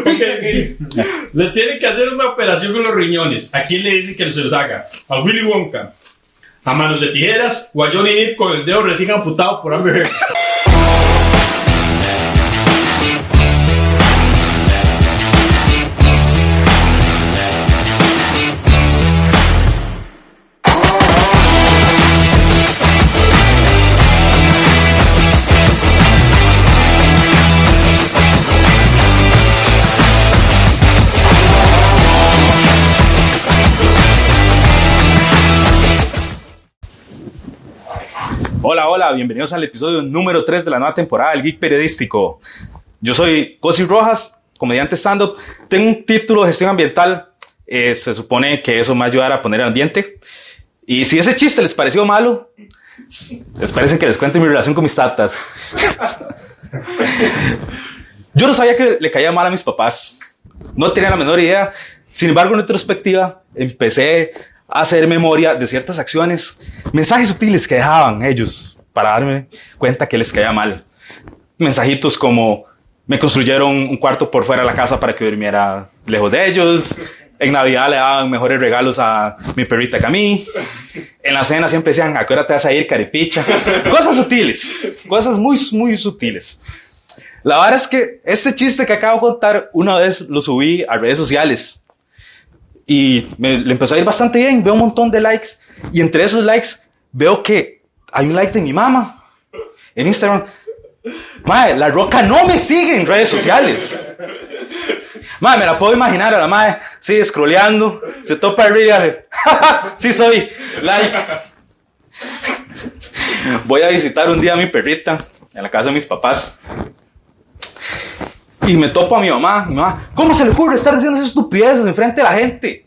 Ok, ok. Les tienen que hacer una operación con los riñones. ¿A quién le dicen que se los haga? A Willy Wonka. A manos de tijeras o a Johnny Depp con el dedo recién amputado por Amber Heard. Hola, hola, bienvenidos al episodio número 3 de la nueva temporada del Geek Periodístico. Yo soy Cosi Rojas, comediante stand-up. Tengo un título de gestión ambiental. Eh, se supone que eso me va a ayudar a poner el ambiente. Y si ese chiste les pareció malo, esperen que les cuente mi relación con mis tatas. Yo no sabía que le caía mal a mis papás. No tenía la menor idea. Sin embargo, en retrospectiva, empecé a hacer memoria de ciertas acciones, mensajes sutiles que dejaban ellos para darme cuenta que les caía mal. Mensajitos como me construyeron un cuarto por fuera de la casa para que durmiera lejos de ellos. En Navidad le daban mejores regalos a mi perrita que a mí. En la cena siempre decían, ¿a qué hora te vas a ir, caripicha? Cosas sutiles, cosas muy, muy sutiles. La verdad es que este chiste que acabo de contar una vez lo subí a redes sociales y me, le empezó a ir bastante bien, veo un montón de likes y entre esos likes veo que hay un like de mi mamá en Instagram. Madre, la roca no me sigue en redes sociales. Madre, me la puedo imaginar a la madre, sí, scrolleando, se topa arriba y hace, "Ja, ja, sí soy, like. Voy a visitar un día a mi perrita en la casa de mis papás. Y me topo a mi mamá. Mi mamá, ¿cómo se le ocurre estar diciendo esas estupideces enfrente de la gente?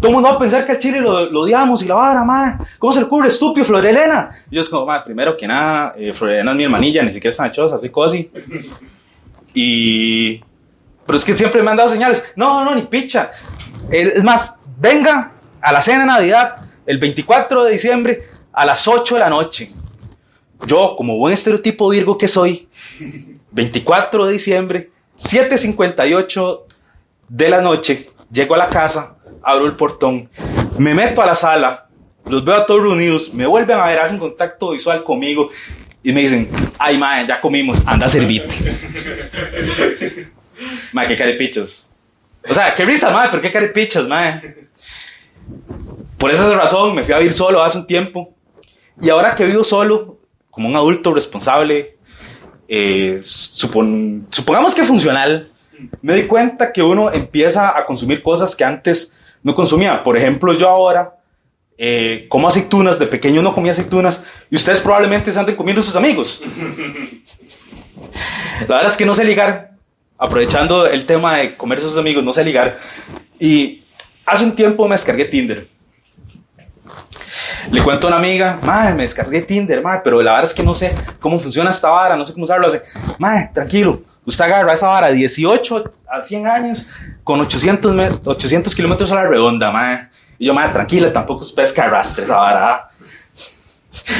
Todo el mundo va a pensar que al Chile lo, lo odiamos y la vara, madre. ¿Cómo se le ocurre, estúpido, Florelena? Y yo es como, madre, primero que nada, eh, Florelena es mi hermanilla, ni siquiera es tan chosa, así cosas. Y. Pero es que siempre me han dado señales. No, no, ni picha. Eh, Es más, venga a la cena de Navidad el 24 de diciembre a las 8 de la noche. Yo, como buen estereotipo virgo que soy, 24 de diciembre, 7.58 de la noche, llego a la casa, abro el portón, me meto a la sala, los veo a todos reunidos, me vuelven a ver, hacen contacto visual conmigo y me dicen, ay, madre, ya comimos, anda a servirte. Madre, qué carepichos. O sea, qué risa, madre, pero qué carepichos, madre. Por esa razón me fui a vivir solo hace un tiempo y ahora que vivo solo, como un adulto responsable, eh, supon- supongamos que funcional, me di cuenta que uno empieza a consumir cosas que antes no consumía. Por ejemplo, yo ahora eh, como aceitunas, de pequeño no comía aceitunas, y ustedes probablemente se anden comiendo sus amigos. La verdad es que no sé ligar, aprovechando el tema de comerse sus amigos, no sé ligar. Y hace un tiempo me descargué Tinder. Le cuento a una amiga, madre, me descargué Tinder, madre, pero la verdad es que no sé cómo funciona esta vara, no sé cómo usarlo. Hace, madre, tranquilo, usted agarra esa vara 18 a 100 años con 800, me- 800 kilómetros a la redonda, madre. Y yo, madre, tranquila, tampoco es pesca de arrastre esa vara. ah".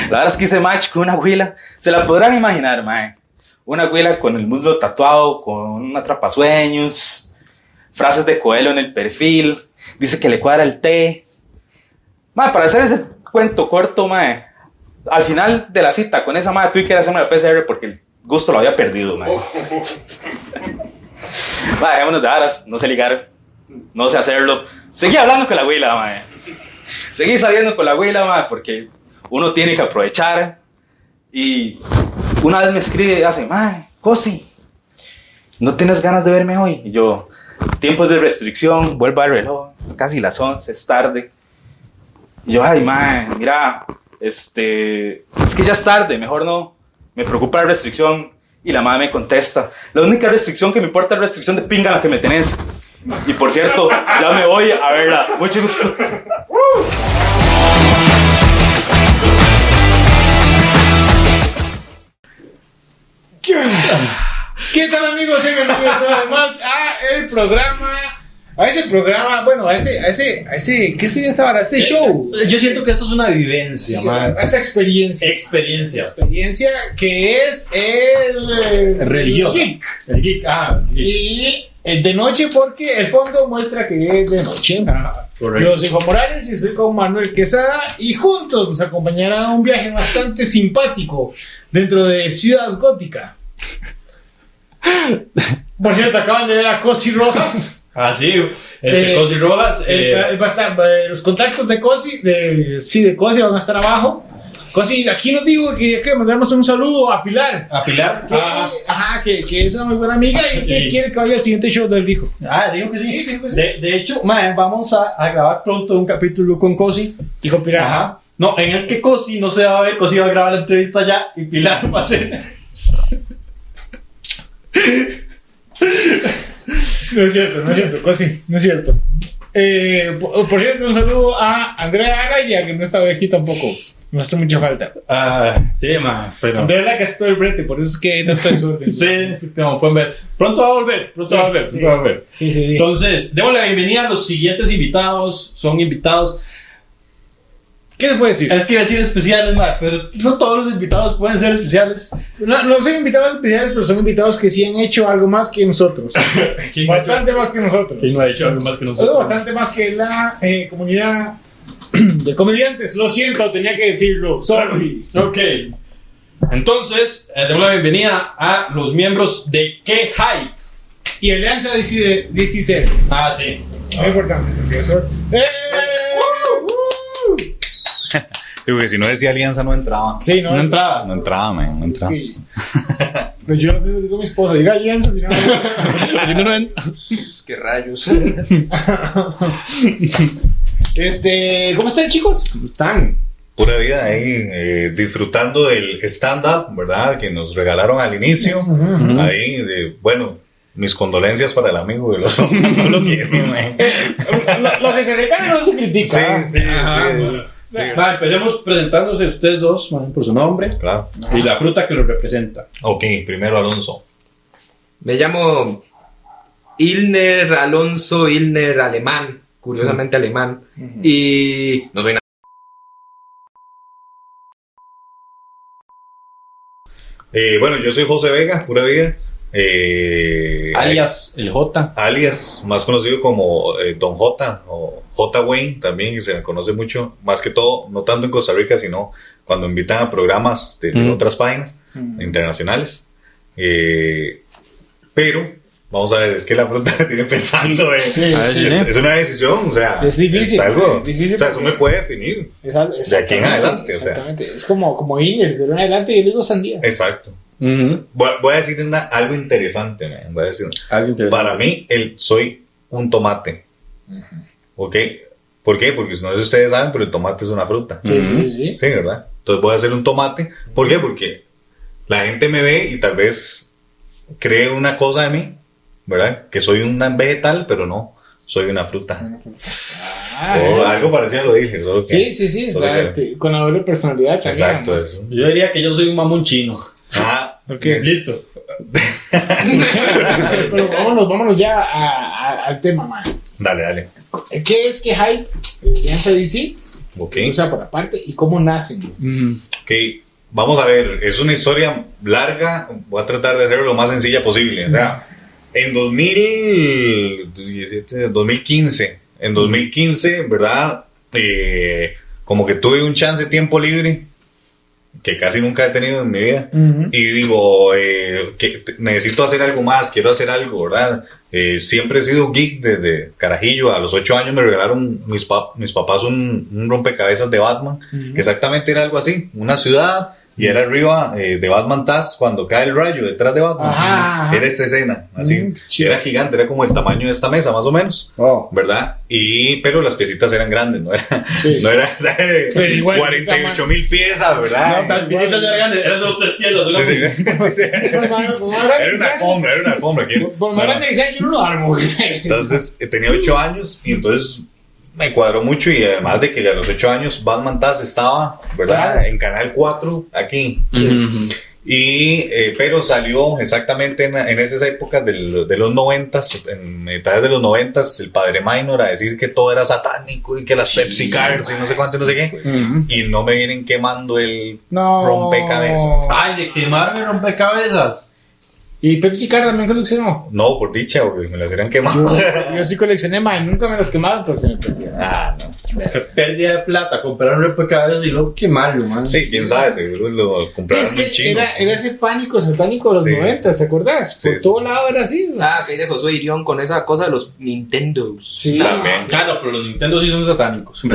La verdad es que hice match con una güila, se la podrán imaginar, madre. Una güila con el muslo tatuado, con un atrapasueños, frases de Coelho en el perfil, dice que le cuadra el té. Mae, para hacer ese cuento corto, mae, al final de la cita con esa madre tuve que ir a hacerme la PCR porque el gusto lo había perdido, mae. Mae, dejémonos de aras, no sé ligar, no sé hacerlo. Seguí hablando con la abuela, mae. Seguí saliendo con la abuela, mae, porque uno tiene que aprovechar. Y una vez me escribe y hace, mae, Cosi, ¿no tienes ganas de verme hoy? Y yo, tiempos de restricción, vuelvo al reloj, casi las 11, es tarde. Y yo, ay, man, mira, este, es que ya es tarde, mejor no. Me preocupa la restricción. Y la madre me contesta, la única restricción que me importa es la restricción de pinga en la que me tenés. Y por cierto, ya me voy a verla. Mucho gusto. ¿Qué tal amigos? Bienvenidos una vez más a el programa, a ese programa, bueno, a ese, a ese, a ese, ¿qué sería esta vara? A este show, Yo siento que esto es una Sí, vivencia, a man. esta experiencia, Experiencia. experiencia que es el eh, Religiosa. geek. El geek. Ah, el geek. y eh, de noche porque el fondo muestra que es de noche. correcto. Yo soy Juan Morales y estoy con Manuel Quesada y juntos nos acompañará a un viaje bastante simpático dentro de Ciudad Gótica. Por cierto, acaban de ver a Cosi Rojas. Así, este, Eh, Cosi Rojas, eh, Eh, va a estar, eh, los contactos de Cosi, de, sí, de Cosi van a estar abajo. Cosi, aquí nos dijo que quería que mandarnos un saludo a Pilar. a Pilar. Que, Ah, ajá, que, que es una muy buena amiga y que Sí. quiere que vaya al siguiente show del dijo. Ah, digo que sí. Sí, digo que sí. De, de hecho, mae, vamos a, a grabar pronto un capítulo con Cosi. Dijo Pilar. Ajá. No, en el que Cosi no se va a ver, Cosi va a grabar la entrevista ya y Pilar va a ser. No es cierto, no es cierto, Cosi, no es cierto. Eh, por, por cierto, un saludo a Andrea Araya, que no estaba aquí tampoco. Me hace mucha falta. ah, sí, ma, pero. Andrea es la que está todo el frente, por eso es que hay tanto desorden. Sí, como pueden ver. Pronto va a volver, pronto Sí, va a volver, sí. pronto va a volver. sí, sí. sí. Entonces, demos la bienvenida a los siguientes invitados. Son invitados. ¿Qué se puede decir? Es que iba a decir especiales, mae, pero no todos los invitados pueden ser especiales. No, no son invitados especiales, pero son invitados que sí han hecho algo más que nosotros. ¿Quién no ha hecho- Bastante más que nosotros. quién no ha hecho algo más que Algo nosotros? bastante más que la eh, comunidad de comediantes. Lo siento, tenía que decirlo. Sorry. Ok. Entonces, eh, demos la bienvenida a los miembros de Qué Hype. Y Alianza decide, dice Ah, sí. Muy importante, profesor. ¡Eh! Sí, porque si no decía Alianza no entraba. Sí, no, Una entrada. No entraba, man, no entraba. Sí. No, yo lo mismo digo a mi esposa, diga alianza, si no. Qué rayos. Este, ¿cómo están, chicos? Están. Pura vida ahí, eh, disfrutando del stand-up, ¿verdad? Que nos regalaron al inicio. Ahí, de, bueno, mis condolencias para el amigo de los no lo quiero, man. Lo, lo que se regala no se Sí, critica. sí, Ajá, sí. Va, empecemos presentándose ustedes dos, ma, por su nombre Claro. y la fruta que los representa. Ok, primero Alonso. Me llamo Ilner Alonso Ilner Alemán, curiosamente alemán. Y Mm. no soy nada. Eh, bueno, yo soy José Vega, pura vida. Eh, Alias el J. alias, más conocido como eh, Don J o J Wayne también, que se me conoce mucho, más que todo, no tanto en Costa Rica, sino cuando invitan a programas de, de Mm. otras páginas internacionales. Eh, pero, vamos a ver, es que la pregunta me tiene pensando, eh. Sí, sí. Es, es una decisión, o sea, Es difícil, algo, es difícil o sea, eso porque- me puede definir. Es algo- De aquí en exactamente, adelante, o sea. Eh, Exactamente. Es como, como Inner, de ahora en adelante yo le digo sandía. Exacto. Ujú. Voy, voy a decir una- algo interesante, man, voy a decir. Alguien te- Para mí, el, soy un tomate. ¿Ok? ¿Por qué? Porque no sé si ustedes saben, pero el tomate es una fruta. Sí, sí, sí. Sí, ¿verdad? Entonces voy a hacer un tomate. ¿Por qué? Porque la gente me ve y tal vez cree una cosa de mí, ¿verdad? Que soy un vegetal, pero no, soy una fruta. Ah, O algo parecido lo dije, solo que- sí, sí, sí. Oh, solo está- que- te- con la doble personalidad también. Exacto. además. eso. Yo diría que yo soy un mamón chino. Ah, ¿Por qué? Listo. Pero vámonos, vámonos ya a- a- al tema, man. dale, dale. ¿Qué es que Hype? Alianza DC, Ok. o sea, por aparte, y cómo nacen. Ok, vamos a ver, es una historia larga, voy a tratar de hacerlo lo más sencilla posible. O sea, en 2017, 2015, en 2015, ¿verdad? Eh, como que tuve un chance de tiempo libre que casi nunca he tenido en mi vida. Y digo, eh, que te- necesito hacer algo más, quiero hacer algo, ¿verdad? Eh, siempre he sido geek desde carajillo. A los ocho años me regalaron mis, pap- mis papás un, un rompecabezas de Batman, que exactamente era algo así, una ciudad, y era arriba eh, de Batman Taz cuando cae el rayo detrás de Batman. Ajá, ajá. Era esta escena, así. Mm, qué chido. era gigante, era como el tamaño de esta mesa, más o menos, Oh, Wow. ¿verdad? Y, pero las piecitas eran grandes, no era, Sí, sí. no era Pero igual, 48 mil piezas, ¿verdad? Las visitas de Arganes, eran solo tres piezas, ¿no? Sí, sí, sí, sí. Por más- por más grande Era que una sea- alfombra, era una alfombra. que- por- por más Bueno, grande que sea, yo no lo armo. entonces eh, tenía ocho años y entonces me cuadró mucho y además de que a los ocho años Batman Taz estaba, ¿verdad? Claro. En Canal 4, aquí. Mm. Y, eh, pero salió exactamente en, en esas épocas del- de los noventas, en mitades de los noventas, el padre Minor a decir que todo era satánico y que las Pepsi Cars y no sé cuánto y no sé qué. Y no me vienen quemando el No. Rompecabezas. Ay, le quemaron el rompecabezas. Y Pepsi Card también coleccionó. No, por dicha, porque me lo hubieran quemado. Yo sí coleccioné, man, nunca me los quemaron, pero se me perdieron. ah, no. Qué pérdida de plata, comprar un rompecabezas y luego quemarlo, man. Sí, quién sabe, seguro lo compraron Es un que chingo. era, era ese pánico satánico de los Sí. 90, ¿te acordás? Sí, Por sí. todo lado era así. ¿no? Ah, que de Josué Irión con esa cosa de los Nintendos. Sí. También. Claro, Ah, pero los Nintendo sí son satánicos. no,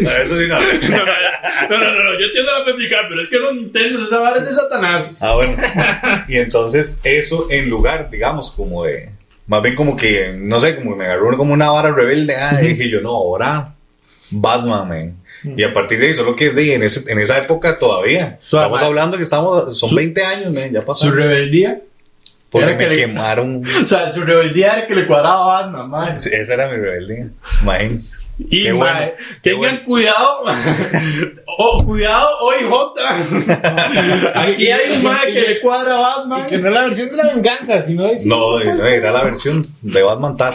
No, Eso sí, no. no, no, no, yo entiendo la pepica, pero es que los Nintendo, esa vara es de Satanás. Ah, bueno. Y entonces, eso en lugar, digamos, como de. Más bien como que, no sé, como que me agarró como una vara rebelde. ah, y dije yo, no, ahora Batman, man. Mm. Y a partir de ahí, solo que dije, en, ese- en esa época todavía. Su- estamos hablando que estamos, son 20 años, man, ya pasó. Su rebeldía, Porque era me que le- quemaron. o sea, su rebeldía era que le cuadraba a Batman, man. Sí, Esa era mi rebeldía. Imagínense. Y Qué mae, bueno, qué tengan bueno. cuidado, oh, cuidado hoy Jota. Aquí hay un mae que le cuadra a Y que Batman. no es la versión de la venganza, sino de... No, no, era la versión de Batman tal.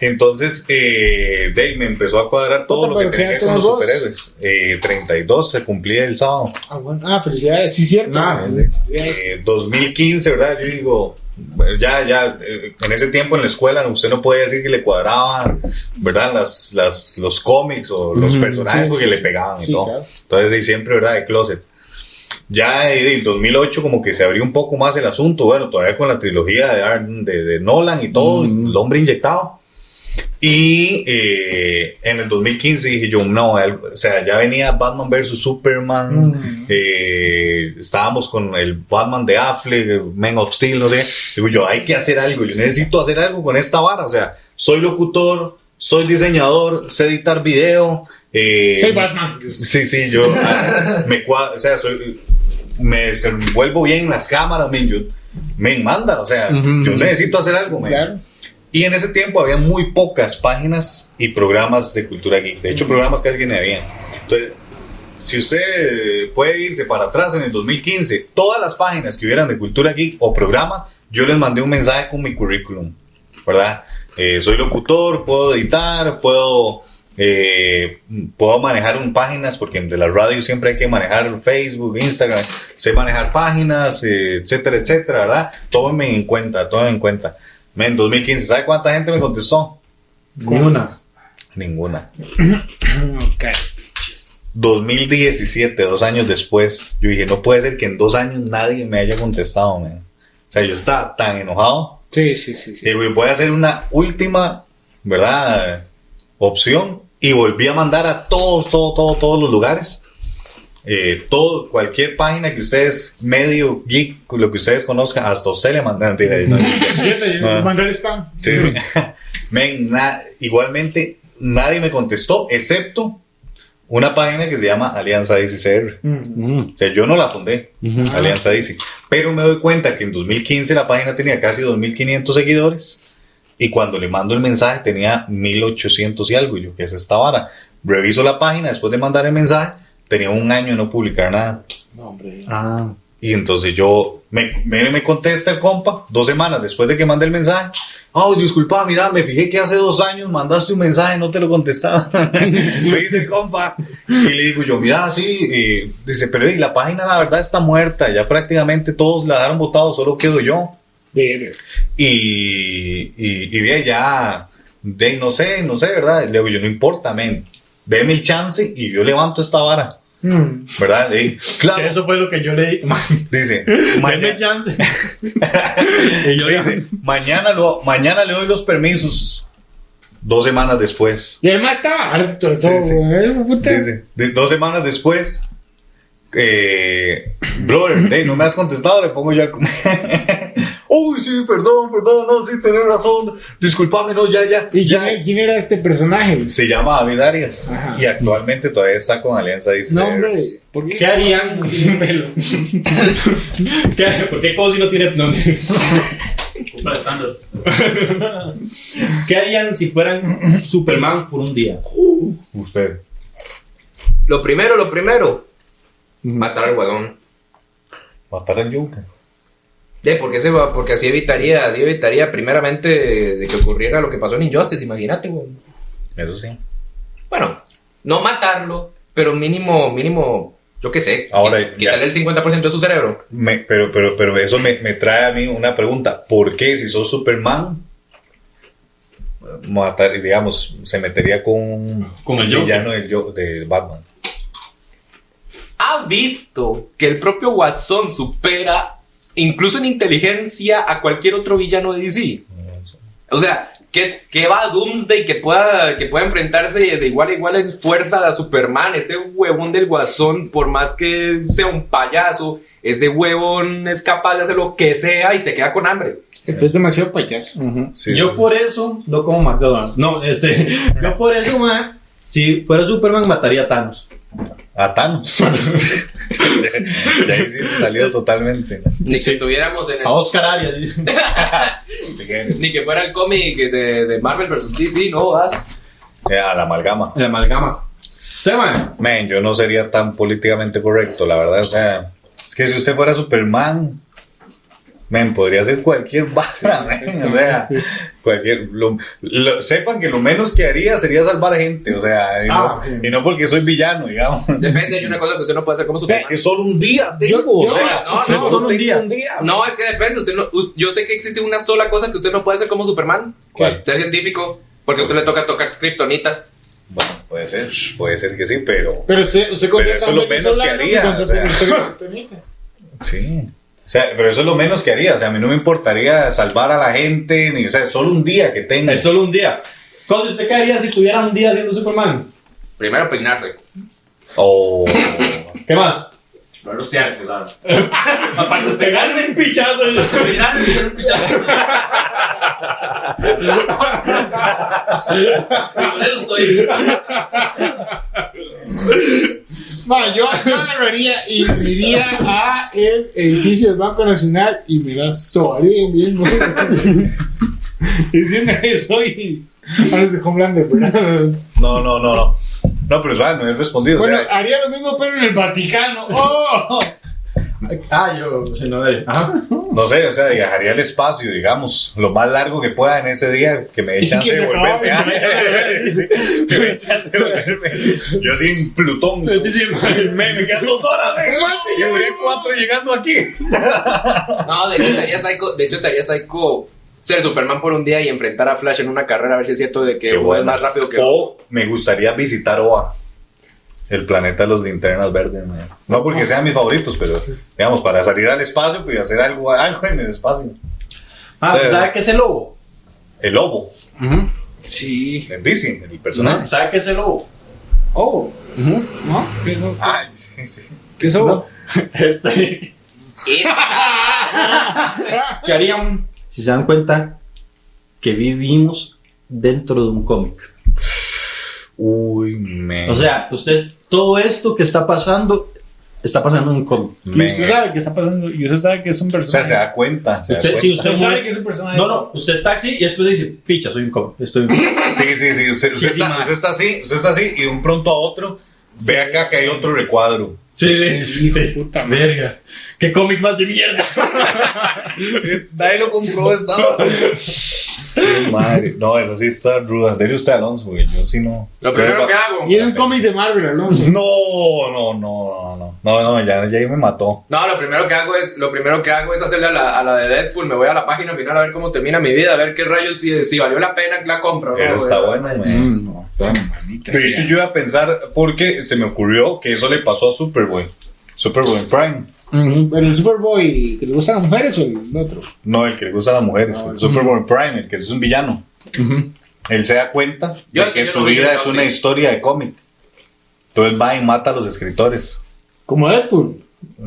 Entonces, eh, Dave me empezó a cuadrar todo lo que Otra tenía que ver con los producción, superhéroes. Eh, 32 se cumplía el sábado. Ah, bueno. ah, felicidades, sí, cierto. Nah, Felicidades. Eh, 2015, ¿verdad? Yo digo, bueno, ya, ya, eh, en ese tiempo en la escuela no- usted no podía decir que le cuadraban, ¿verdad? Las, las, los cómics o los personajes sí, porque sí, le sí. pegaban y Sí, todo. claro. Entonces, de siempre, ¿verdad? De closet. Ya en el 2008 como que se abrió un poco más el asunto, bueno, todavía con la trilogía de, Ar- de- de Nolan y todo, Mm. el hombre inyectado. Y eh, en el 2015 dije yo, no, algo- o sea, ya venía Batman vs. Superman, Mm. eh, estábamos con el Batman de Affleck, Man of Steel, no sé. Digo yo, hay que hacer algo, yo necesito hacer algo con esta vara, o sea, soy locutor, soy diseñador, sé editar video. eh, Soy Batman. pues, Sí, sí, yo ah, me cua- o sea, soy, me desenvuelvo bien en las cámaras, men, yo, me manda, o sea, yo necesito hacer algo, men. Claro. Y en ese tiempo había muy pocas páginas y programas de cultura geek. De hecho, programas casi que no habían. Entonces, si usted eh, puede irse para atrás en el 2015, todas las páginas que hubieran de cultura geek o programa, yo les mandé un mensaje con mi currículum, ¿verdad? Eh, soy locutor, puedo editar, puedo, eh, puedo manejar un páginas, porque de la radio siempre hay que manejar Facebook, Instagram, sé manejar páginas, eh, etcétera, etcétera, ¿verdad? Tómenme en cuenta, tómenme en cuenta. En 2015, ¿sabe cuánta gente me contestó? Ni una. Ninguna. Mm, Ok. 2017, dos años después, yo dije, no puede ser que en dos años nadie me haya contestado, man. O sea, yo estaba tan enojado. Sí, sí, sí. sí. Digo, "Y voy a hacer una última, ¿verdad? Opción. Y volví a mandar a todos, todos, todos, todos los lugares. Eh, todo, cualquier página que ustedes, medio geek, lo que ustedes conozcan, hasta usted le mandé. mentira, no, no sé. Es cierto, yo Ah. mandé el spam. Sí. Men, na- igualmente, nadie me contestó, excepto una página que se llama Alianza DCCR. Mm. O sea, yo no la fundé, Alianza DC. Pero me doy cuenta que en 2015 la página tenía casi 2.500 seguidores. Y cuando le mando el mensaje tenía 1.800 y algo. Y yo, ¿qué es esta vara? Reviso la página después de mandar el mensaje. Tenía un año de no publicar nada. No, hombre. Ah. Y entonces yo, me, me, me contesta el compa, dos semanas después de que mandé el mensaje. Oh, disculpa, mira, me fijé que hace dos años mandaste un mensaje, no te lo contestaba. me dice el compa. Y le digo yo, mira, sí. eh, dice, pero y la página la verdad está muerta, ya prácticamente todos la dejaron votado, solo quedo yo. Verga. Y, y, y de allá, de no sé, no sé, ¿verdad? Le digo yo, no importa, men, deme el chance y yo levanto esta vara, Mm. ¿verdad? Le dije, claro, Eso fue lo que yo le dije. dice, Denme mañana- chance. y yo le dije, Mañana, lo, mañana le doy los permisos. Dos semanas después. Y además estaba harto de Sí, todo, sí. güey. Puta. Dice, de- dos semanas después. eh, brother, hey, no me has contestado, le pongo ya como. Uy, sí, perdón, perdón, no, sí, tenés razón. Disculpame, no, ya, ya. ¿Y ya. quién, quién era este personaje? Se llama David Arias. Ajá. Y actualmente todavía está con Alianza Dice. No, hombre. ¿Por ¿Qué harían? No tiene pelo. ¿qué? ¿por qué Cosi no tiene.? No, ¿Qué harían si fueran Superman por un día? Usted. Lo primero, lo primero. Matar al guadón. Matar al Joker. De, porque, se va, porque así evitaría, así evitaría primeramente de, de que ocurriera lo que pasó en Injustice, imagínate, güey. Eso sí. Bueno, no matarlo, pero mínimo, mínimo Yo qué sé. Ahora, qui- quitarle el 50% de su cerebro. Me- pero, pero, pero eso me, me trae a mí una pregunta. ¿Por qué si sos Superman, matar, digamos, se metería con un Con el Joker. villano del, Jo- del Batman? ha visto que el propio Guasón supera incluso en inteligencia a cualquier otro villano de DC. O sea, que, que va a Doomsday que pueda, que pueda enfrentarse de igual a igual en fuerza a Superman. Ese huevón del Guasón, por más que sea un payaso, ese huevón es capaz de hacer lo que sea y se queda con hambre. Es demasiado payaso. Sí, yo sí. por eso, no como McDonald's, no, este, yo por eso, ma, si fuera Superman mataría a Thanos. A Thanos. De ahí sí se salió totalmente. ¿no? Ni que tuviéramos en el- A Oscar Arias. dice. Así que, Ni que fuera el cómic de, de Marvel vs. DC, no, das. eh, a la amalgama. La amalgama. Usted, ma, Man, yo no sería tan políticamente correcto, la verdad. O sea, es que si usted fuera Superman, men, podría ser cualquier basura, men, o sea, cualquier, lo- lo- sepan que lo menos que haría sería salvar gente, o sea, y, Ah, no, sí. y no porque soy villano, digamos. Depende, hay una cosa que usted no puede hacer como Es Superman. que solo un día tengo, Yo- o yo- sea, no, solo no, solo un tengo día. No, es que depende. Usted no, us- yo sé que existe una sola cosa que usted no puede hacer como Superman. ¿Cuál? Ser científico. Porque a usted le toca tocar kriptonita. Bueno, puede ser, puede ser que sí, pero Pero usted, usted contrata eso es lo un venezolano menos que haría, contrata o sea. un criptonita. sí. O sea, pero eso es lo menos que haría, o sea, a mí no me importaría salvar a la gente, ni, o sea, solo un día que tengo. Es solo un día. Cosi, ¿usted qué haría si tuviera un día siendo Superman? Primero pues, peinarse. O- ¿Qué más? Pero no sé, ¿sabes? Aparte de pegarme un pichazo. yo- Con eso estoy. Ma, yo yo agarraría y me iría a el edificio del Banco Nacional y me la sobaría bien bueno. Diciendo que soy ahora es de Homelander, ¿verdad? No, no, no, no. No, pero ¿sabes? no he respondido. Bueno, o sea, haría lo mismo pero en el Vaticano. ¡Oh! Ah, yo, si no, a ver. Ajá. no sé, o sea, viajaría al espacio, digamos, lo más largo que pueda en ese día, que me dé Y chance que de se volverme. acabó, ah. Que me dé chance de volverme. Yo así en Plutón. Sí, sí, Me, me quedan dos horas, güey. Y yo duré cuatro llegando aquí. No, de hecho estaría psycho. De hecho estaría psycho ser Superman por un día y enfrentar a Flash en una carrera a ver si es cierto de que Qué uno bueno. es más rápido que O me gustaría visitar Oa, el planeta de los linternas verdes. man. No porque sean mis favoritos, pero digamos, para salir al espacio, pues hacer algo, algo en el espacio. Ah, Eh. ¿sabe qué es el lobo? El lobo, Sí. el Dicen, el personaje. ¿Sabe qué es el lobo? Oh. ¿No? ¿Qué es eso? Ay, sí, sí. ¿Qué es eso? Este. Esta. ¿Qué harían? Si se dan cuenta que vivimos dentro de un cómic. Uy, me. O sea, ustedes, todo esto que está pasando, está pasando en un cómic. Y usted sabe qué está pasando y usted sabe que es un O sea, personaje. se da cuenta. se da Usted- sí, cuenta. Usted sabe que es un personaje. No, no, usted es taxi y después dice, picha, soy un cómic. Estoy un cómic. Sí, sí, sí. Usted, usted Sí, sí, está, ma. usted está así, usted está así, y de un pronto a otro, ve acá que hay otro recuadro. Sí, sí, sí. Hijo de puta madre. Verga. Qué cómic más de mierda. Nadie lo compró, estaba. Qué madre. No, eso sí está ruda. Dele usted, Alonso, porque yo sí no. Lo primero que hago. Y es un cómic de Marvel, Alonso. No, no, no, no, no. No, no, ya, ya ahí me mató. No, lo primero que hago es, lo primero que hago es hacerle a la, a la de Deadpool, me voy a la página final a ver cómo termina mi vida, a ver qué rayos si, si valió la pena la compra. o no, Eso está güey. bueno, man. Mm, no. Esa manita De sea. hecho, yo iba a pensar, porque se me ocurrió que eso le pasó a Superboy. Superboy Prime. Pero el Superboy, ¿te le gustan las mujeres o el otro? No, el que le gusta a las mujeres. el Superboy Prime, el que es un villano. Él se da cuenta Yo- de que yo su no vi vida el es una outfit. historia de cómic. Entonces va y mata a los escritores. Como Deadpool.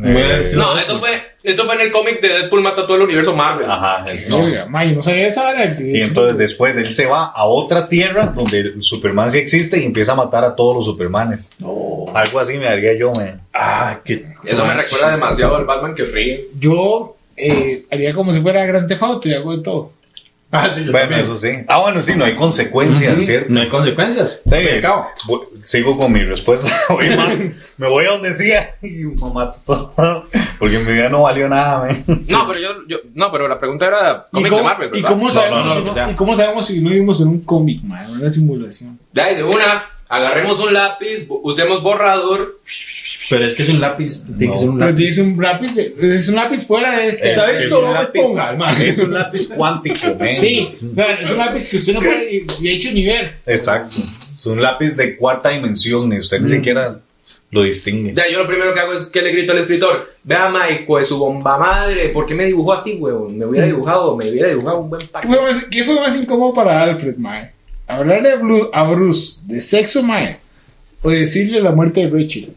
Eh, No, esto fue, esto fue en el cómic de Deadpool mata todo el universo Marvel. Ajá, no. Oiga, ma, yo no sabía esa vara. que- Y entonces después él se va a otra tierra donde el Superman sí existe y empieza a matar a todos los Supermanes. Algo así me haría yo, man. Ah, qué. Eso me recuerda demasiado al Batman que ríe. Yo eh, haría como si fuera Gran Tefauto y hago de todo. Ah, sí, yo Bueno, también. eso sí. Ah, bueno, sí, no hay consecuencias, ¿cierto? No hay consecuencias. Sí, Pues, es- Pecado. bu- sigo con mi respuesta. Oye, man, me voy a donde sea y mamá todo. Porque mi vida no valió nada, man. No, pero yo, yo- no, pero la pregunta era ¿Y cómic de cómo, Marvel, y ¿verdad? cómo sabemos no, si lo no- que sea. ¿Y cómo sabemos si no vivimos en un cómic, man? Una simulación. Dale, de una. Agarremos un lápiz, bu- usemos borrador. Pero es que es un lápiz. Tiene que No. ser un Pero lápiz. tienes un lápiz, de- es un lápiz fuera de este. Es- ¿Sabes es cómo un me lápiz. ponga, hermano? Es un lápiz cuántico, men. Sí, pero es un lápiz que usted no puede, de hecho, ni ver. Exacto. Es un lápiz de cuarta dimensión y Mm. usted ni siquiera lo distingue. Ya, yo lo primero que hago es que le grito al escritor: Vea, Maico, de su bomba madre, ¿por qué me dibujó así, huevón? Me hubiera dibujado, me hubiera dibujado un buen ¿Qué paquete. fue más, qué fue más incómodo para Alfred, mae? ¿Hablarle a, Blu- a Bruce de sexo, mae? ¿O decirle la muerte de Richard?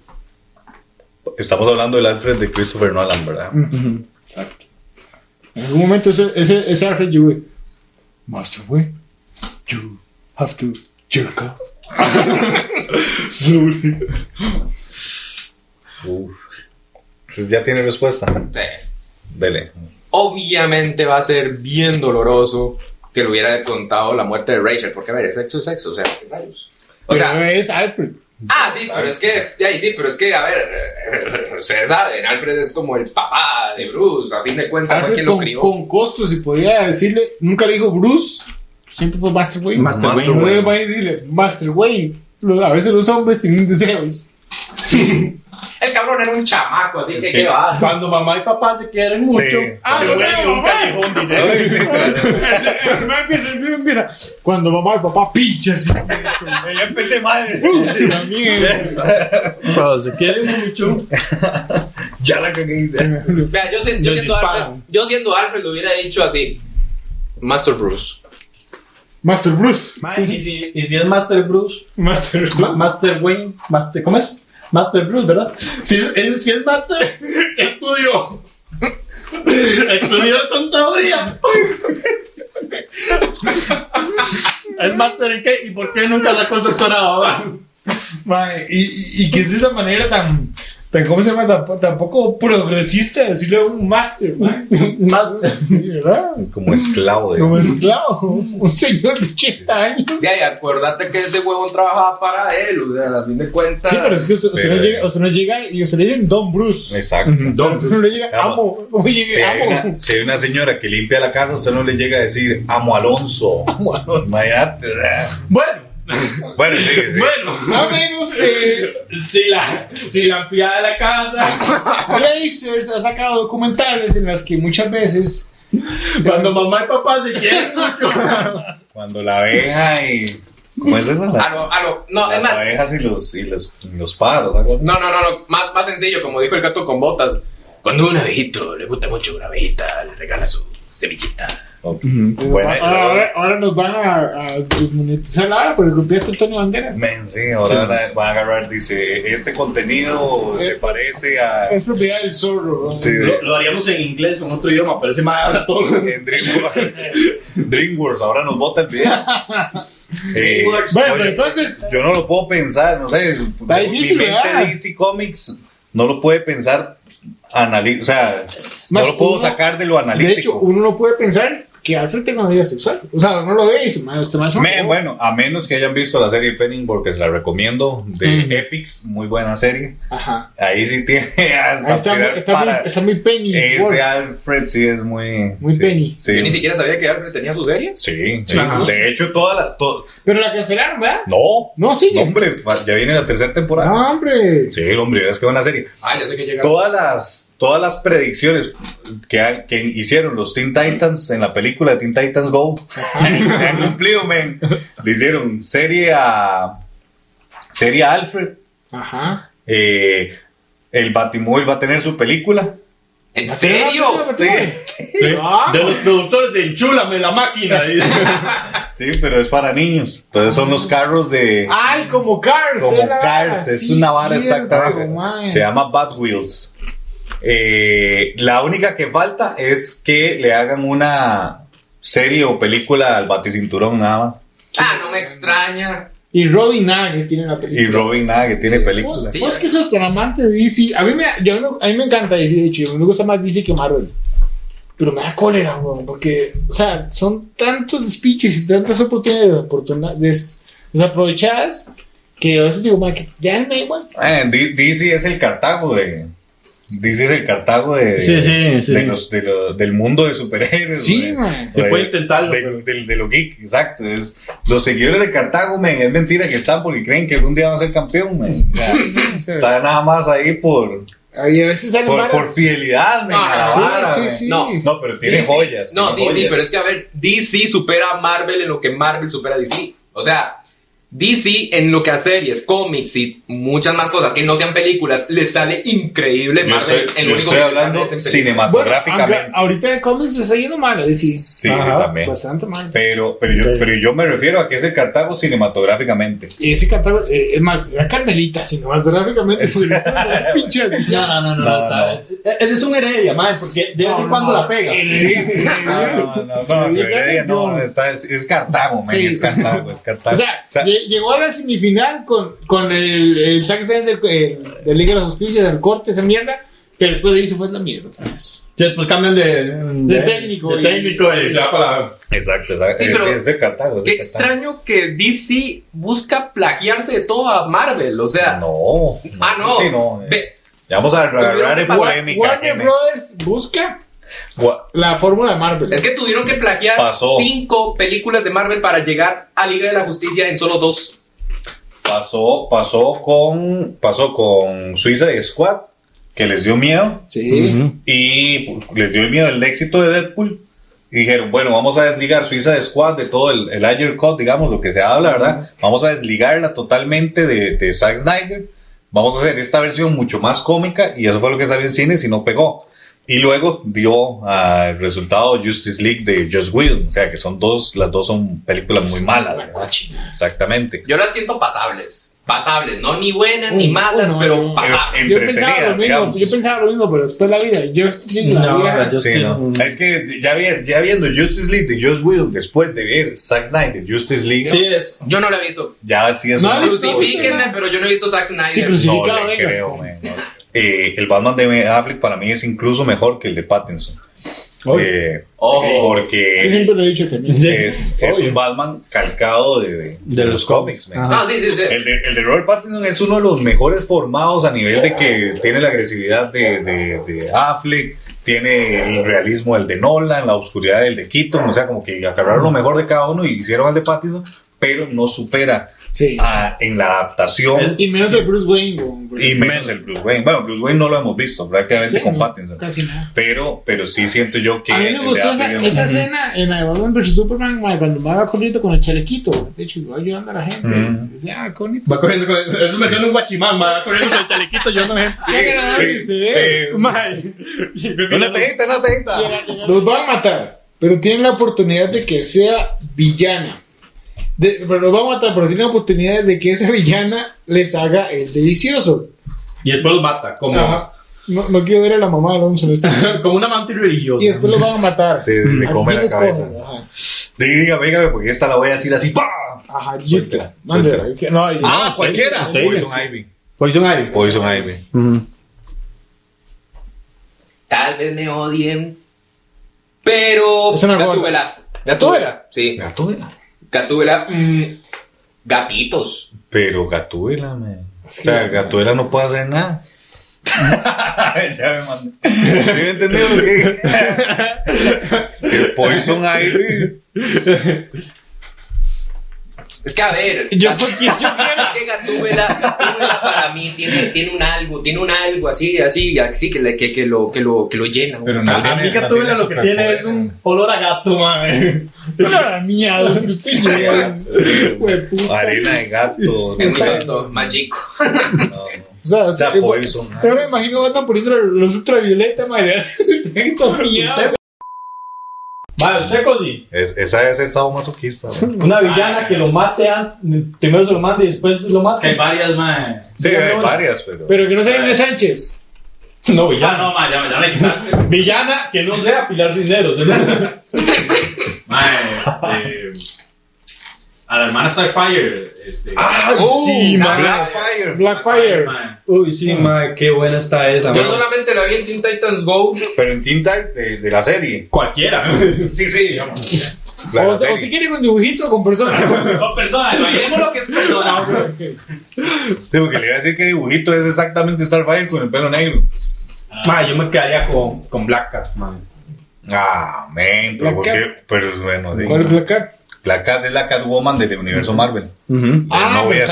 Estamos hablando del Alfred de Christopher Nolan, ¿verdad? Exacto. En algún momento ese, ese, ese Alfred yo, güey, Master, güey, you have to jerk off. Slowly. Uf. Entonces, Ya tiene respuesta. Sí. Dele. obviamente va a ser bien doloroso que le hubiera contado la muerte de Rachel, porque a ver, es sexo es sexo, o sea, ¿qué rayos. O Pero sea, es Alfred. ah, sí, pero es que, ya, y sí, pero es que, a ver, ustedes saben, Alfred es como el papá de Bruce, a fin de cuentas fue Alfred quien lo con, crió. con costos, si podía decirle, nunca le dijo Bruce, siempre fue Master Wayne. Master Wayne. No le va a decirle Master Wayne. Lo- A veces los hombres tienen deseos. El cabrón era un chamaco, así Es que, que- ¿qué va? Cuando mamá y papá se quieren mucho, Sí. Ah, se no vuelve tengo un mamá. callejón, dice. Hermano, empieza, empieza. Cuando mamá y papá pinchas. Ya empecé mal. También. Cuando se quieren mucho, Ya la cagué. Vea, yo, si- yo Los siendo disparan. Alfred, yo siendo Alfred lo hubiera dicho así, Master Bruce. Master Bruce. Mae, ¿y, si, y si es Master Bruce, Master Ma- Bruce. Master Wayne, Master, ¿cómo es? Master Bruce, ¿verdad? Si es, es- si es Master, estudió. Estudió contaduría. ¿Es Master en qué? ¿Y por qué nunca sacó el doctorado? va? Mae, y, y, y que es esa manera tan, tan ¿cómo se llama? Tan, po- tan poco progresista de decirle a un master, mae. Master. Sí, ¿verdad? Como esclavo de. Como esclavo, un señor de 80 años. Ya, y acuérdate que ese huevón trabajaba para él, o sea, a fin de cuentas. Sí, pero es que usted, usted no Pero- llega, usted no llega y usted le dicen Don Bruce. Exacto. Pero usted no le llega, Amo. amo. Oye, Si hay, amo. una, si hay una señora que limpia la casa, usted no le llega a decir amo Alonso. Amo a los- Imagínate. Bueno, Bueno, sí, sí. bueno. Hablemos de Si la, si la ampliada de la casa, Blazers ha sacado documentales en las que muchas veces cuando mamá y papá se quieren mucho. Cuando la abeja y. ¿Cómo es esa? A La- lo- a lo- Ah, no, las es más, abejas y los, y los, y los pájaros, algo así. No, no, no, no. Más, más sencillo, como dijo el gato con botas. Cuando un abejito le gusta mucho una abejita, le regala su semillita. Ok. Buena- ahora, ahora- ahora nos van a, a desmonetizar la hora porque copiaste a Antonio Banderas. Men, sí, ahora van a- van a agarrar, dice, este contenido se parece a... Es propiedad del zorro. ¿no? Sí, de- Lo, lo haríamos en inglés o en otro idioma, pero ese madre habla todo. en DreamWorks. DreamWorks, ahora nos bota el video. Eh, DreamWorks. Bueno, oye, pero entonces, yo no lo puedo pensar, no sé, su- Está su- difícil, mi mente ¿verdad? DC Comics no lo puede pensar, anali- o sea, Más no lo puedo uno- sacar de lo de hecho, analítico. uno no puede pensar que Alfred tenga una vida sexual. O sea, uno lo ve y dice, "Man, este más Men, bueno, a menos que hayan visto la serie Penning, porque se la recomiendo, de Epics, muy buena serie. Ajá. Ahí sí tiene Ahí hasta está, muy- tirar está, muy, para- está muy penny. Ese Ward. Alfred sí es muy. Muy sí, penny. Sí, Yo ni siquiera sabía que Alfred tenía sus series. sí, sí. Ajá. De hecho, toda la. to- Pero la cancelaron, ¿verdad? No, No, sigue. no, hombre, fa- ya viene la tercera temporada. Ah, hombre. Sí, hombre, es que van a serie. Ah, yo sé que llega. Todas las, todas las predicciones que, hay- que hicieron los Teen Titans en la película de Teen Titans Go se han cumplido, men. Le hicieron serie a. Serie a Alfred. Ajá. eh, el Batimóvil va a tener su película. ¿En serio? Sí, De, Ah. de los productores de Enchúlame la máquina. dice. sí, pero es para niños. Entonces son los carros de. Ay, como Cars. como es la vara, Cars, es ah, sí, una vara cierto, exactamente. mae. Se llama Bad Wheels. Eh, la única que falta es que le hagan una serie o película al Baticinturón nada más. Ah, no me extraña. Y Robin Nagel tiene la película. Y Robin nada que tiene película. Vos, Sí, vos ya. Pues, que sos tan amante de DC. A mí me, yo no- a mí me encanta DC, de hecho. Me gusta más DC que Marvel. Pero me da cólera, weón. Porque, o sea, son tantos despiches y tantas oportunidades, oportuna- des- desaprovechadas que a veces digo, "Ma, que ya me da igual. Eh, D- DC es el Cartago de, Dices el Cartago de, Sí, sí, sí, de sí. los- de lo- del mundo de superhéroes. Sí, güey. man. Se Güey, puede intentarlo, De, pero- del- de lo geek, exacto. Es, los seguidores de Cartago, men, es mentira que están porque creen que algún día van a ser campeón, men. O sea, O sea, está nada más ahí por, y a veces salen por, varas- por fidelidad, men. Ah, a la Sí, vara, sí, men. sí. No. No, pero tiene Sí, sí. joyas. No, sí, tiene sí, joyas. pero es que a ver, DC supera a Marvel en lo que Marvel supera a DC. O sea, DC en lo que a series, cómics y muchas más cosas que no sean películas, le sale increíble Yo Marvel. estoy, en yo estoy que hablando es en películas. Bueno, cinematográficamente. aunque ahorita de cómics le está yendo mal, ¿eh? sí. Sí, Ajá, también. Bastante mal. Pero, pero, yo, Ok. pero yo me refiero a que es el Cartago cinematográficamente. Y ese Cartago, eh, es más, era Candelita, sino más gráficamente. Es- pues, era un pinche- No, no, no, no, No, no, está. no. Es, es- es un heredia, madre, porque de vez No, en no, cuando no. la pega. Sí, No, no, no, no, pero Heredia no, está- es, es Cartago, men, Sí, sí. es Cartago, es Cartago. O sea, lle- llegó a la semifinal con, con el, el Zack Snyder de, de Liga de la Justicia, del corte, esa mierda, pero después de ahí se fue la mierda otra vez. Ya después cambian de, De técnico. El y- técnico de la palabra. exacto, exacto, Sí, es, pero- es el Cartago. es Qué el Cartago. extraño que DC busca plagiarse de todo a Marvel. O sea, No, no, ah, no. sí, no. eh. Ve- Ya vamos a agarrar en Wa- polémica. Warner men. Brothers busca Gua- la fórmula Marvel. es que tuvieron que plagiar Pasó. cinco películas de Marvel para llegar a Liga de la Justicia en solo dos. pasó, pasó con, pasó con Suicide Squad, que les dio miedo Sí. y pu- les dio el miedo el éxito de Deadpool. Y dijeron, bueno, vamos a desligar Suicide Squad de todo el, el Ayer Cut, digamos, lo que se habla, ¿verdad? Vamos a desligarla totalmente de, de Zack Snyder. Vamos a hacer esta versión mucho más cómica y eso fue lo que salió en cines y no pegó. Y luego dio ah, el resultado Justice League de Just Whedon. O sea, que son dos, las dos son películas muy malas, ¿verdad? Exactamente. Yo las siento pasables. Pasables, no ni buenas ni Uh, malas, uh, no, pero no. pasables. Yo pensaba lo mismo, digamos. yo pensaba lo mismo, pero después la vida, yo sí la No, vida- yo- Sí, estoy- no. Es que ya, vi- ya viendo Justice League de Joss Whedon, después de ver Zack Snyder, Justice League, Sí, es. Yo no la he visto. ya sí es No, un- no, no, Pues Crucifíquenme, pero yo no he visto Zack Snyder. Sí, No crucificado, le venga. creo, man, no. Eh, el Batman de Ben Affleck para mí es incluso mejor que el de Pattinson. Eh, Ojo. porque Yo siempre lo he dicho también. es, es un Batman calcado de, de- de los cómics. man. Ajá. No, sí, sí, sí. El de, el de Robert Pattinson es uno de los mejores formados a nivel de que tiene la agresividad de, de- de Affleck, tiene el realismo del de Nolan, la oscuridad del de Keaton, o sea, como que agarraron lo mejor de cada uno y hicieron al de Pattinson, pero no supera Sí. a- en la adaptación Y menos el Bruce Wayne. güey. y menos el Bruce Wayne. Bueno, Bruce Wayne no lo hemos visto prácticamente Sí, con no, Pattinson, Casi nada. pero, pero sí siento yo que... A mí el me de gustó Affleck esa, es- esa escena en la de Batman vs Superman, ma, cuando me va corriendo con el chalequito. De hecho, iba ayudando a la gente. Ujú. Decía, ah, qué bonito. Va corriendo con Eso me suena un guachimán, ma, Va corriendo con el chalequito, yo no gente. Qué agradable se ve. Eh, Ma, Una tejita, una tejita. Los va a matar, pero tienen la oportunidad de que sea villana. De- pero los va a matar, pero tienen la oportunidad de que esa villana les haga el delicioso. Y después los mata, como, Ajá. No, no quiero ver a la mamá de Alonso en este momento. como un amante religioso. Y después los van a matar. Sí, sí, se Al come fin la les cabeza. comen, Ajá, Dígame, dígame, porque esta la voy a decir así. ¡pam! Ajá Gisela. Suéltela, Mándela. suéltela. Que- No, yo- Ah, cualquiera. Ah, Sí, Poison sí. Ivy. Poison Ivy. Poison Ivy. Tal vez me odien. Pero. Es una gorda. Gatúbela. ¿Gatúbela? Sí. Gatúbela. Gatúbela. mm, gatitos. Pero Gatúbela, me. O sea, Gatúbela no puede hacer nada. ya me mandé. ¿Sí me entendió lo que? Que Poison Ivy. Es que a ver. Yo, Gat- porque yo quiero. Es que Gatúbela, Gatúbela para mí tiene, tiene un algo, tiene un algo así, así, así que, le- que, que, lo, que, lo, que lo llena. Pero A no a tiene- mí que no tú tiene lo que tiene es un olor a gato, ma. Para mí, a donde usted llega, Sí. hueputa. Arena de gato. Es muy no, alto, magico. no. O sea, O sea, eh, Poison Yo me imagino Batman poniendo los ultravioleta, madre. Tengo miedo. Vale, usted cosi. Es, esa debe ser sadomasoquista. man. Una villana que lo mate, a- primero se lo mate y después lo mate. hay varias, man. Sí, hay varias, pero. Pero que no sea Inés Sánchez. No, villana. Ah, no, man, ya, ya me quitaste. Villana que no sea Pilar Cisneros. ¿eh? Man, este. A la hermana Starfire, este. Ah, Oh, sí, man. Blackfire. Blackfire. man. Uy, sí, madre, qué buena está esa, Yo madre. solamente la vi en Teen Titans Go. Pero en Teen Titans de, de la serie. Cualquiera. Sí, sí, digamos. La o, o serie. si quiere con dibujito o con personas. O persona, imaginemos lo que es persona. Sí, porque le iba a decir que dibujito es exactamente Starfire con el pelo negro. Ma, yo me quedaría con, con Black Cat, ma. Ah, men, pero Black ¿por qué? Pero bueno, sí. ¿Cuál es Black Cat? Black Cat es la Catwoman del universo Marvel. no voy a pues,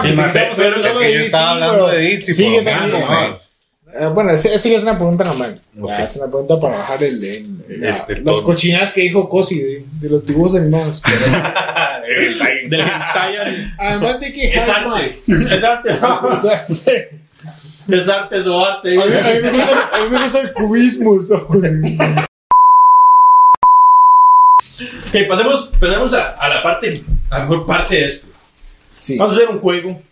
Spider-Man. porque Sí, estamos pero Es hablando que de yo DC, estaba hablando güey. de DC, Sí, por yo lo menos, también. men. Eh, bueno, esa esa ya es una pregunta normal. Ok. Ya, Es una pregunta para bajar el, el- El- la- el los tono. cochinadas que dijo Cosi de, de los dibujos animados. Ah, el time. Del hentai al- Además de que Es Hanna- arte. Es arte. O sea, Es arte, es arte. a, mí, a mí me gusta, a mí me gusta el cubismo. ¿no? Ok, pasemos, pasemos a, a la parte, a la mejor parte de esto. Sí. Vamos a hacer un juego.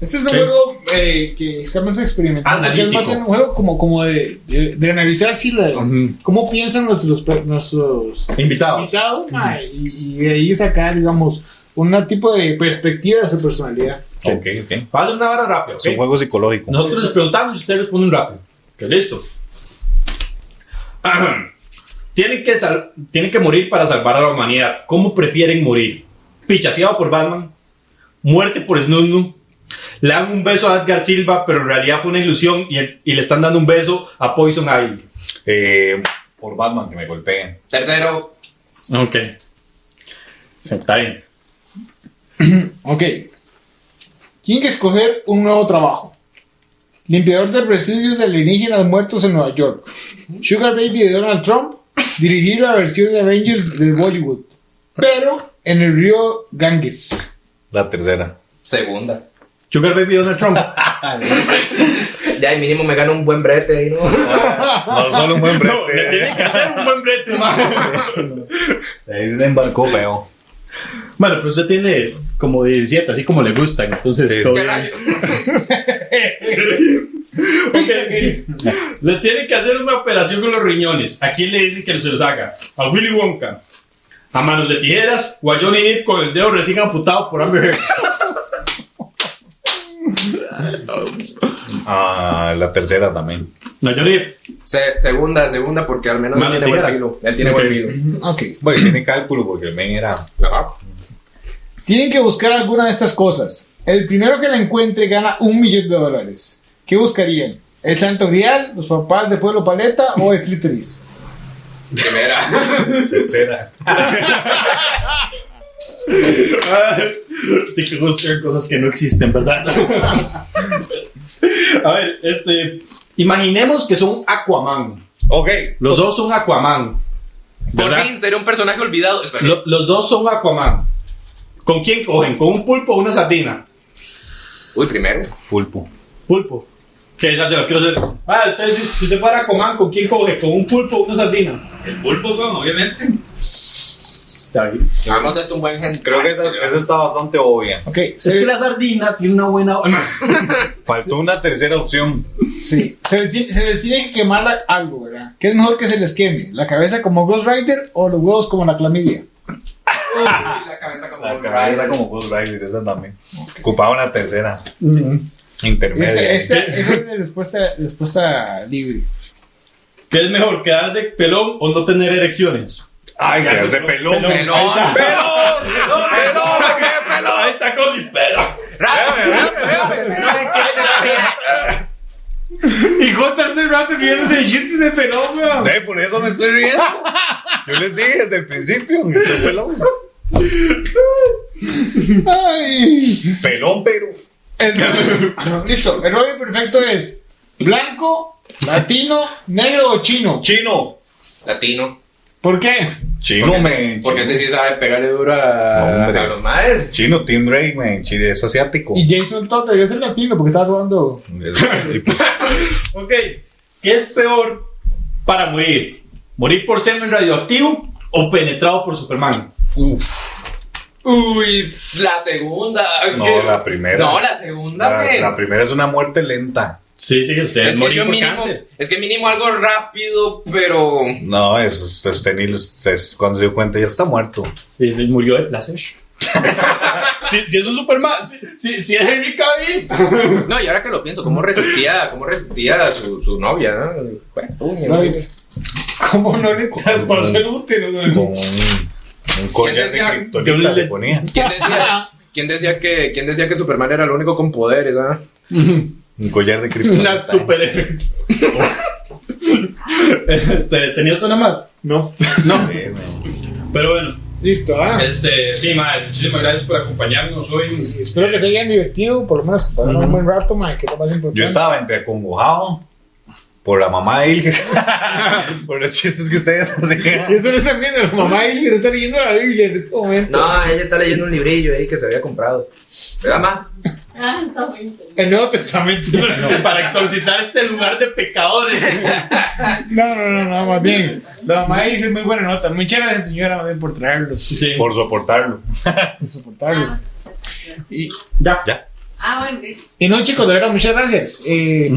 Este es un Sí. juego eh, que está más experimental. porque Es Analítico. más un juego como, como de, de- de analizar si la- cómo piensan nuestros, per- nuestros Invitados. invitados ma, y, y de ahí sacar, digamos, un tipo de perspectiva de su personalidad. Ok, ok. Vamos a hacer una vara rápida, Es un ¿ok? juego psicológico. Nosotros les preguntamos y ustedes responden rápido. Ok, listo. Ajá. Tienen que, sal- tienen que morir para salvar a la humanidad. ¿Cómo prefieren morir? Pichaseado por Batman. Muerte por Snusnu. Le dan un beso a Edgar Silva, pero en realidad fue una ilusión y, el- y le están dando un beso a Poison Ivy. Eh, por Batman, que me golpeen. Tercero, Ok. Está bien. Ok. Tienen que escoger un nuevo trabajo. Limpiador de residuos de alienígenas muertos en Nueva York. Sugar Baby de Donald Trump. Dirigir la versión de Avengers de Bollywood. Pero en el río Ganges. La tercera. segunda. Sugar Baby Donald Trump. Ya, el mínimo me gana un buen brete ahí, ¿no? No solo un buen No, le tienen que brete. hacer un buen brete. Ahí se embarcó feo. Bueno, pero usted tiene como 17, así como le gustan. Entonces, Sí. todo ¿Qué bien. rayo? Pizzagate. Les tienen que hacer una operación con los riñones. ¿A quién le dicen que se los haga? A Willy Wonka. A manos de tijeras o a Johnny Depp con el dedo recién amputado por Amber Heard. Ah, la tercera también. No, Johnny Depp. Se- segunda, segunda, porque al menos él Mano tiene buen tijera. filo. Él tiene Ok. buen filo. Ok. Bueno, tiene cálculo porque el men era. Ajá. Tienen que buscar alguna de estas cosas. El primero que la encuentre gana un millón de dólares. ¿Qué buscarían? ¿El Santo Grial, los papás de Pueblo Paleta o el clítoris? Primera. Tercera. Ah, Sí que buscan cosas que no existen, ¿verdad? a ver, este. Imaginemos que son Aquaman. Ok. Los dos son Aquaman. Por ¿verdad? fin sería un personaje olvidado. Espera. Lo- los dos son Aquaman. ¿Con quién cogen? ¿Con un pulpo o una sardina? Uy, primero. Pulpo. Pulpo. Que esa se la quiero hacer. Ah, usted, si- si usted fuera Aquaman, ¿con quién coge? ¿Con un pulpo o una sardina? El pulpo, weón, obviamente. Está bien. Hemos hecho un buen gen. Creo que esa, esa está bastante obvia. Ok, Es se, que la sardina tiene una buena. Faltó una tercera opción. sí, se les, se les tiene que quemar la- algo, ¿verdad? ¿Qué es mejor que se les queme? ¿La cabeza como Ghost Rider o los huevos como la clamidia? Ah, La cabeza como La un cabeza rayo. como Ghost Rider, esa también. Ocupaba una tercera. Intermedia. Esa esa- esa es la respuesta, respuesta libre. ¿Qué es mejor, quedarse pelón o no tener erecciones? Ay, que hace pelón. ¡Pelón! Pelón. ¡Pelón! ¡Me quedé Ahí pelón! está Cosi, pelón. Y Jota hace rato riéndose de chistes de pelón, weón. Ve, Por eso me estoy riendo. Yo les dije desde el principio que soy pelón. Ay. Pelón, pero. El- ah, listo, el rollo perfecto es blanco, latino, negro o chino. Chino. Latino. ¿Por qué? Chino, men. Porque chino. ese sí sabe pegarle duro a, Hombre. a los maes. Chino, Tim Drake, men. Chino, es asiático. Y Jason Todd debería ser latino porque estaba robando. Ok. ¿Qué es peor para morir? ¿Morir por semen radioactivo o penetrado por Superman? Uf, Uy, la segunda. Es No, que- la primera. No, la segunda, la, men. la primera es una muerte lenta. Sí, sí, usted Es que, yo mínimo, es que mínimo algo rápido, pero. No, eso es sostenible. Es cuando se dio cuenta, ya está muerto. Y se murió de placer. si, si es un Superman, si, si- si es Henry Cavill. No, y ahora que lo pienso, ¿cómo resistía, cómo resistía a su, su novia? no? Bueno, puño, No, ¿no? es- ¿Cómo no le estás para ser útil? Con weón? un, un collar de Yo decía- kriptonita yo- le ponía. ¿Quién decía, quién decía que, quién decía que Superman era el único con poderes? ah? Un collar de Una kriptonita. super. Este, ¿Tenías una más? No. No. Pero bueno, Listo, ah. este, sí, madre, muchísimas gracias por acompañarnos hoy. Sí, espero que se hayan divertido, por lo menos que pasaron un buen rato, mae, que es lo más importante. Yo estaba entre acongojado por la mamá de Ilger, por los chistes que ustedes Y hacían. eso no está viendo la mamá y le está leyendo la Biblia en este momento. No, ella está leyendo un librillo ahí que se había comprado. ¿Verdad, ma? Ah, está muy interesante. El Nuevo Testamento. Para exorcizar este lugar de pecadores. No, no, no, no, más bien. La mamá y es muy buena nota. Muchas gracias, señora, más bien, por traerlo, Sí. Por soportarlo. por soportarlo. Y, Ya. Ah, bueno, sí. y no, chicos, de verdad, muchas gracias. Eh,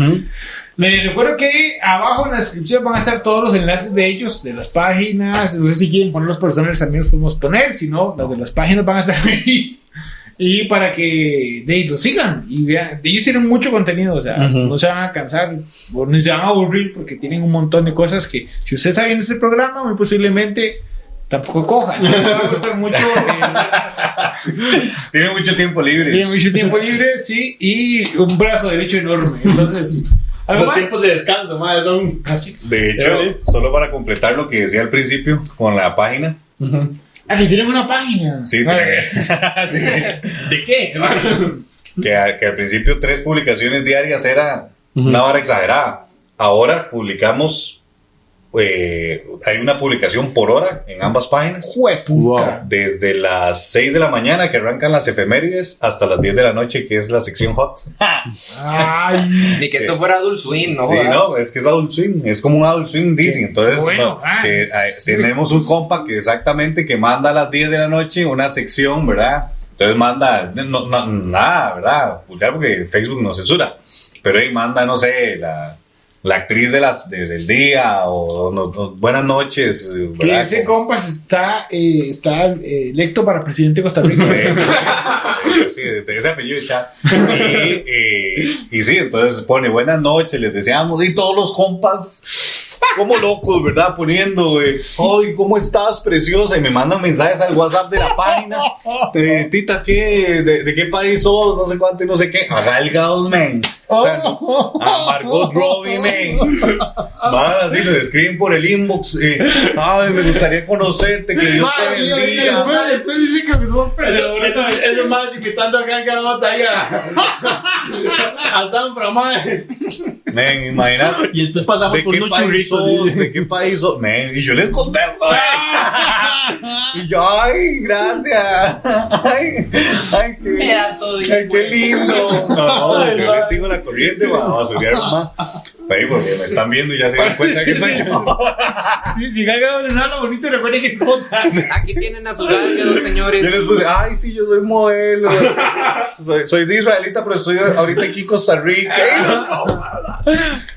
Les recuerdo que abajo en la descripción van a estar todos los enlaces de ellos, de las páginas. No sé si quieren poner los personales, también los podemos poner. Si no, los de las páginas van a estar ahí. Y para que de, los sigan y vean. Ellos tienen mucho contenido, o sea, no se van a cansar, o ni se van a aburrir porque tienen un montón de cosas que, si ustedes saben este programa, muy posiblemente tampoco cojan. Les va a gustar mucho. eh, Tiene mucho tiempo libre. tienen mucho tiempo libre, sí, y un brazo derecho enorme. Entonces, algo Los más. tiempos de descanso, madre, son. Así. De Eh. hecho, solo para completar lo que decía al principio con la página. Ah, que tienen una página. Sí, Vale. tiene- sí, ¿De qué? que, a- que al principio tres publicaciones diarias era una vara exagerada. Ahora publicamos, eh, hay una publicación por hora en ambas páginas. Jueputa. Desde las 6 de la mañana que arrancan las efemérides hasta las 10 de la noche que es la sección hot. Ay. Ni que esto fuera Adult Swim, ¿no? sí, jodas. no, es que es Adult Swing, es como un Adult Swing Disney. Entonces, bueno, no, ah, que, eh, sí. tenemos un compa que exactamente que manda a las 10 de la noche una sección, ¿verdad? Entonces manda, no, no- nada, ¿verdad? Vulgar porque Facebook no censura. Pero ahí manda, no sé, la, la actriz de las, de- del día o, no- no, buenas noches, Que ¿verdad? ese Como- compa está, eh, está eh, electo para presidente de Costa Rica. Eh, eh, sí, de de ese apellido ya. Y, eh, y sí, entonces pone buenas noches, les deseamos. Y todos los compas, como locos, ¿verdad? Poniendo, eh, ay, ¿cómo estás, preciosa? Y me mandan mensajes al WhatsApp de la página. Eh, tita, ¿qué? ¿De, de qué país sos? No sé cuánto y no sé qué. A Gal Gadot, men. Oh. O sea, a Margot Robbie, men. Van así, les escriben por el inbox. eh, ay, me gustaría conocerte, que Dios Madre te mía, bendiga. después, después dice que me somos Eso es- es lo más invitando a Gal Gadot ahí a, a Sanfra, madre. Men, imagínate. Y después pasamos ¿De por qué unos país churritos. sos? dice. ¿De qué país sos? Men, y yo les contesto. men. y yo, ay, gracias. Ay, ay, qué, Pedazo de. ay, qué lindo. No, no, yo les sigo la corriente, vamos a subir más. Ahí porque me están viendo y ya se dan cuenta que soy yo. Si Gaga les habla bonito, recuerden que es Jota. Aquí tienen a su lado, Yo señores. les puse, ay, sí, yo soy modelo. Soy, soy de israelita, pero estoy ahorita aquí en Costa Rica. Y los comandos.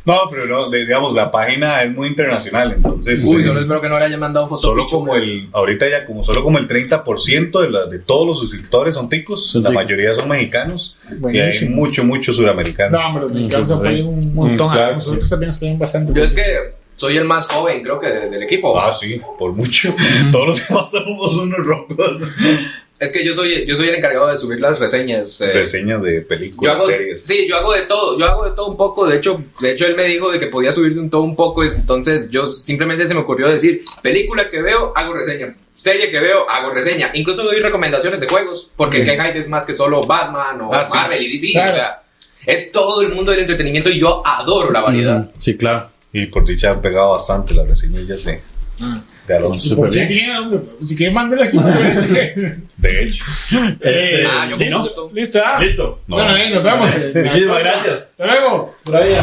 No, pero no, de- digamos, la página es muy internacional, entonces. Uy, eh, yo les espero que no le hayan mandado fotos. Solo como el, ahorita ya como solo como el 30% de, la, de todos los suscriptores son ticos, la mayoría son mexicanos y hay Buenísimo. mucho, mucho suramericano. No, hombre, los mexicanos apoyan un montón. claro. Nosotros también nos apoyan bastante. Yo es que soy el más joven, creo que, de- del equipo. Ah, sí, por mucho. Todos los demás somos unos rotos. Es que yo soy, yo soy el encargado de subir las reseñas. eh, Reseñas de yo películas, hago, series. sí, yo hago de todo, yo hago de todo un poco. De hecho, de hecho él me dijo de que podía subir de un todo un poco. Entonces yo simplemente se me ocurrió decir, película que veo, hago reseña. Serie que veo, hago reseña. Incluso doy recomendaciones de juegos, porque Sí. Ken Hyde es más que solo Batman o Ah, sí. Marvel y DC. Claro. O sea, es todo el mundo del entretenimiento y yo adoro la variedad. Sí, claro. Y por dicha han pegado bastante las reseñillas de, de Alonso. Por si quieren, si quieren, mándelo aquí. De hecho. Este, Ah, yo con ¿listo? gusto. Listo, ah. Listo. No. Bueno, ahí nos vemos. Muchísimas gracias. Hasta luego. Por ahí.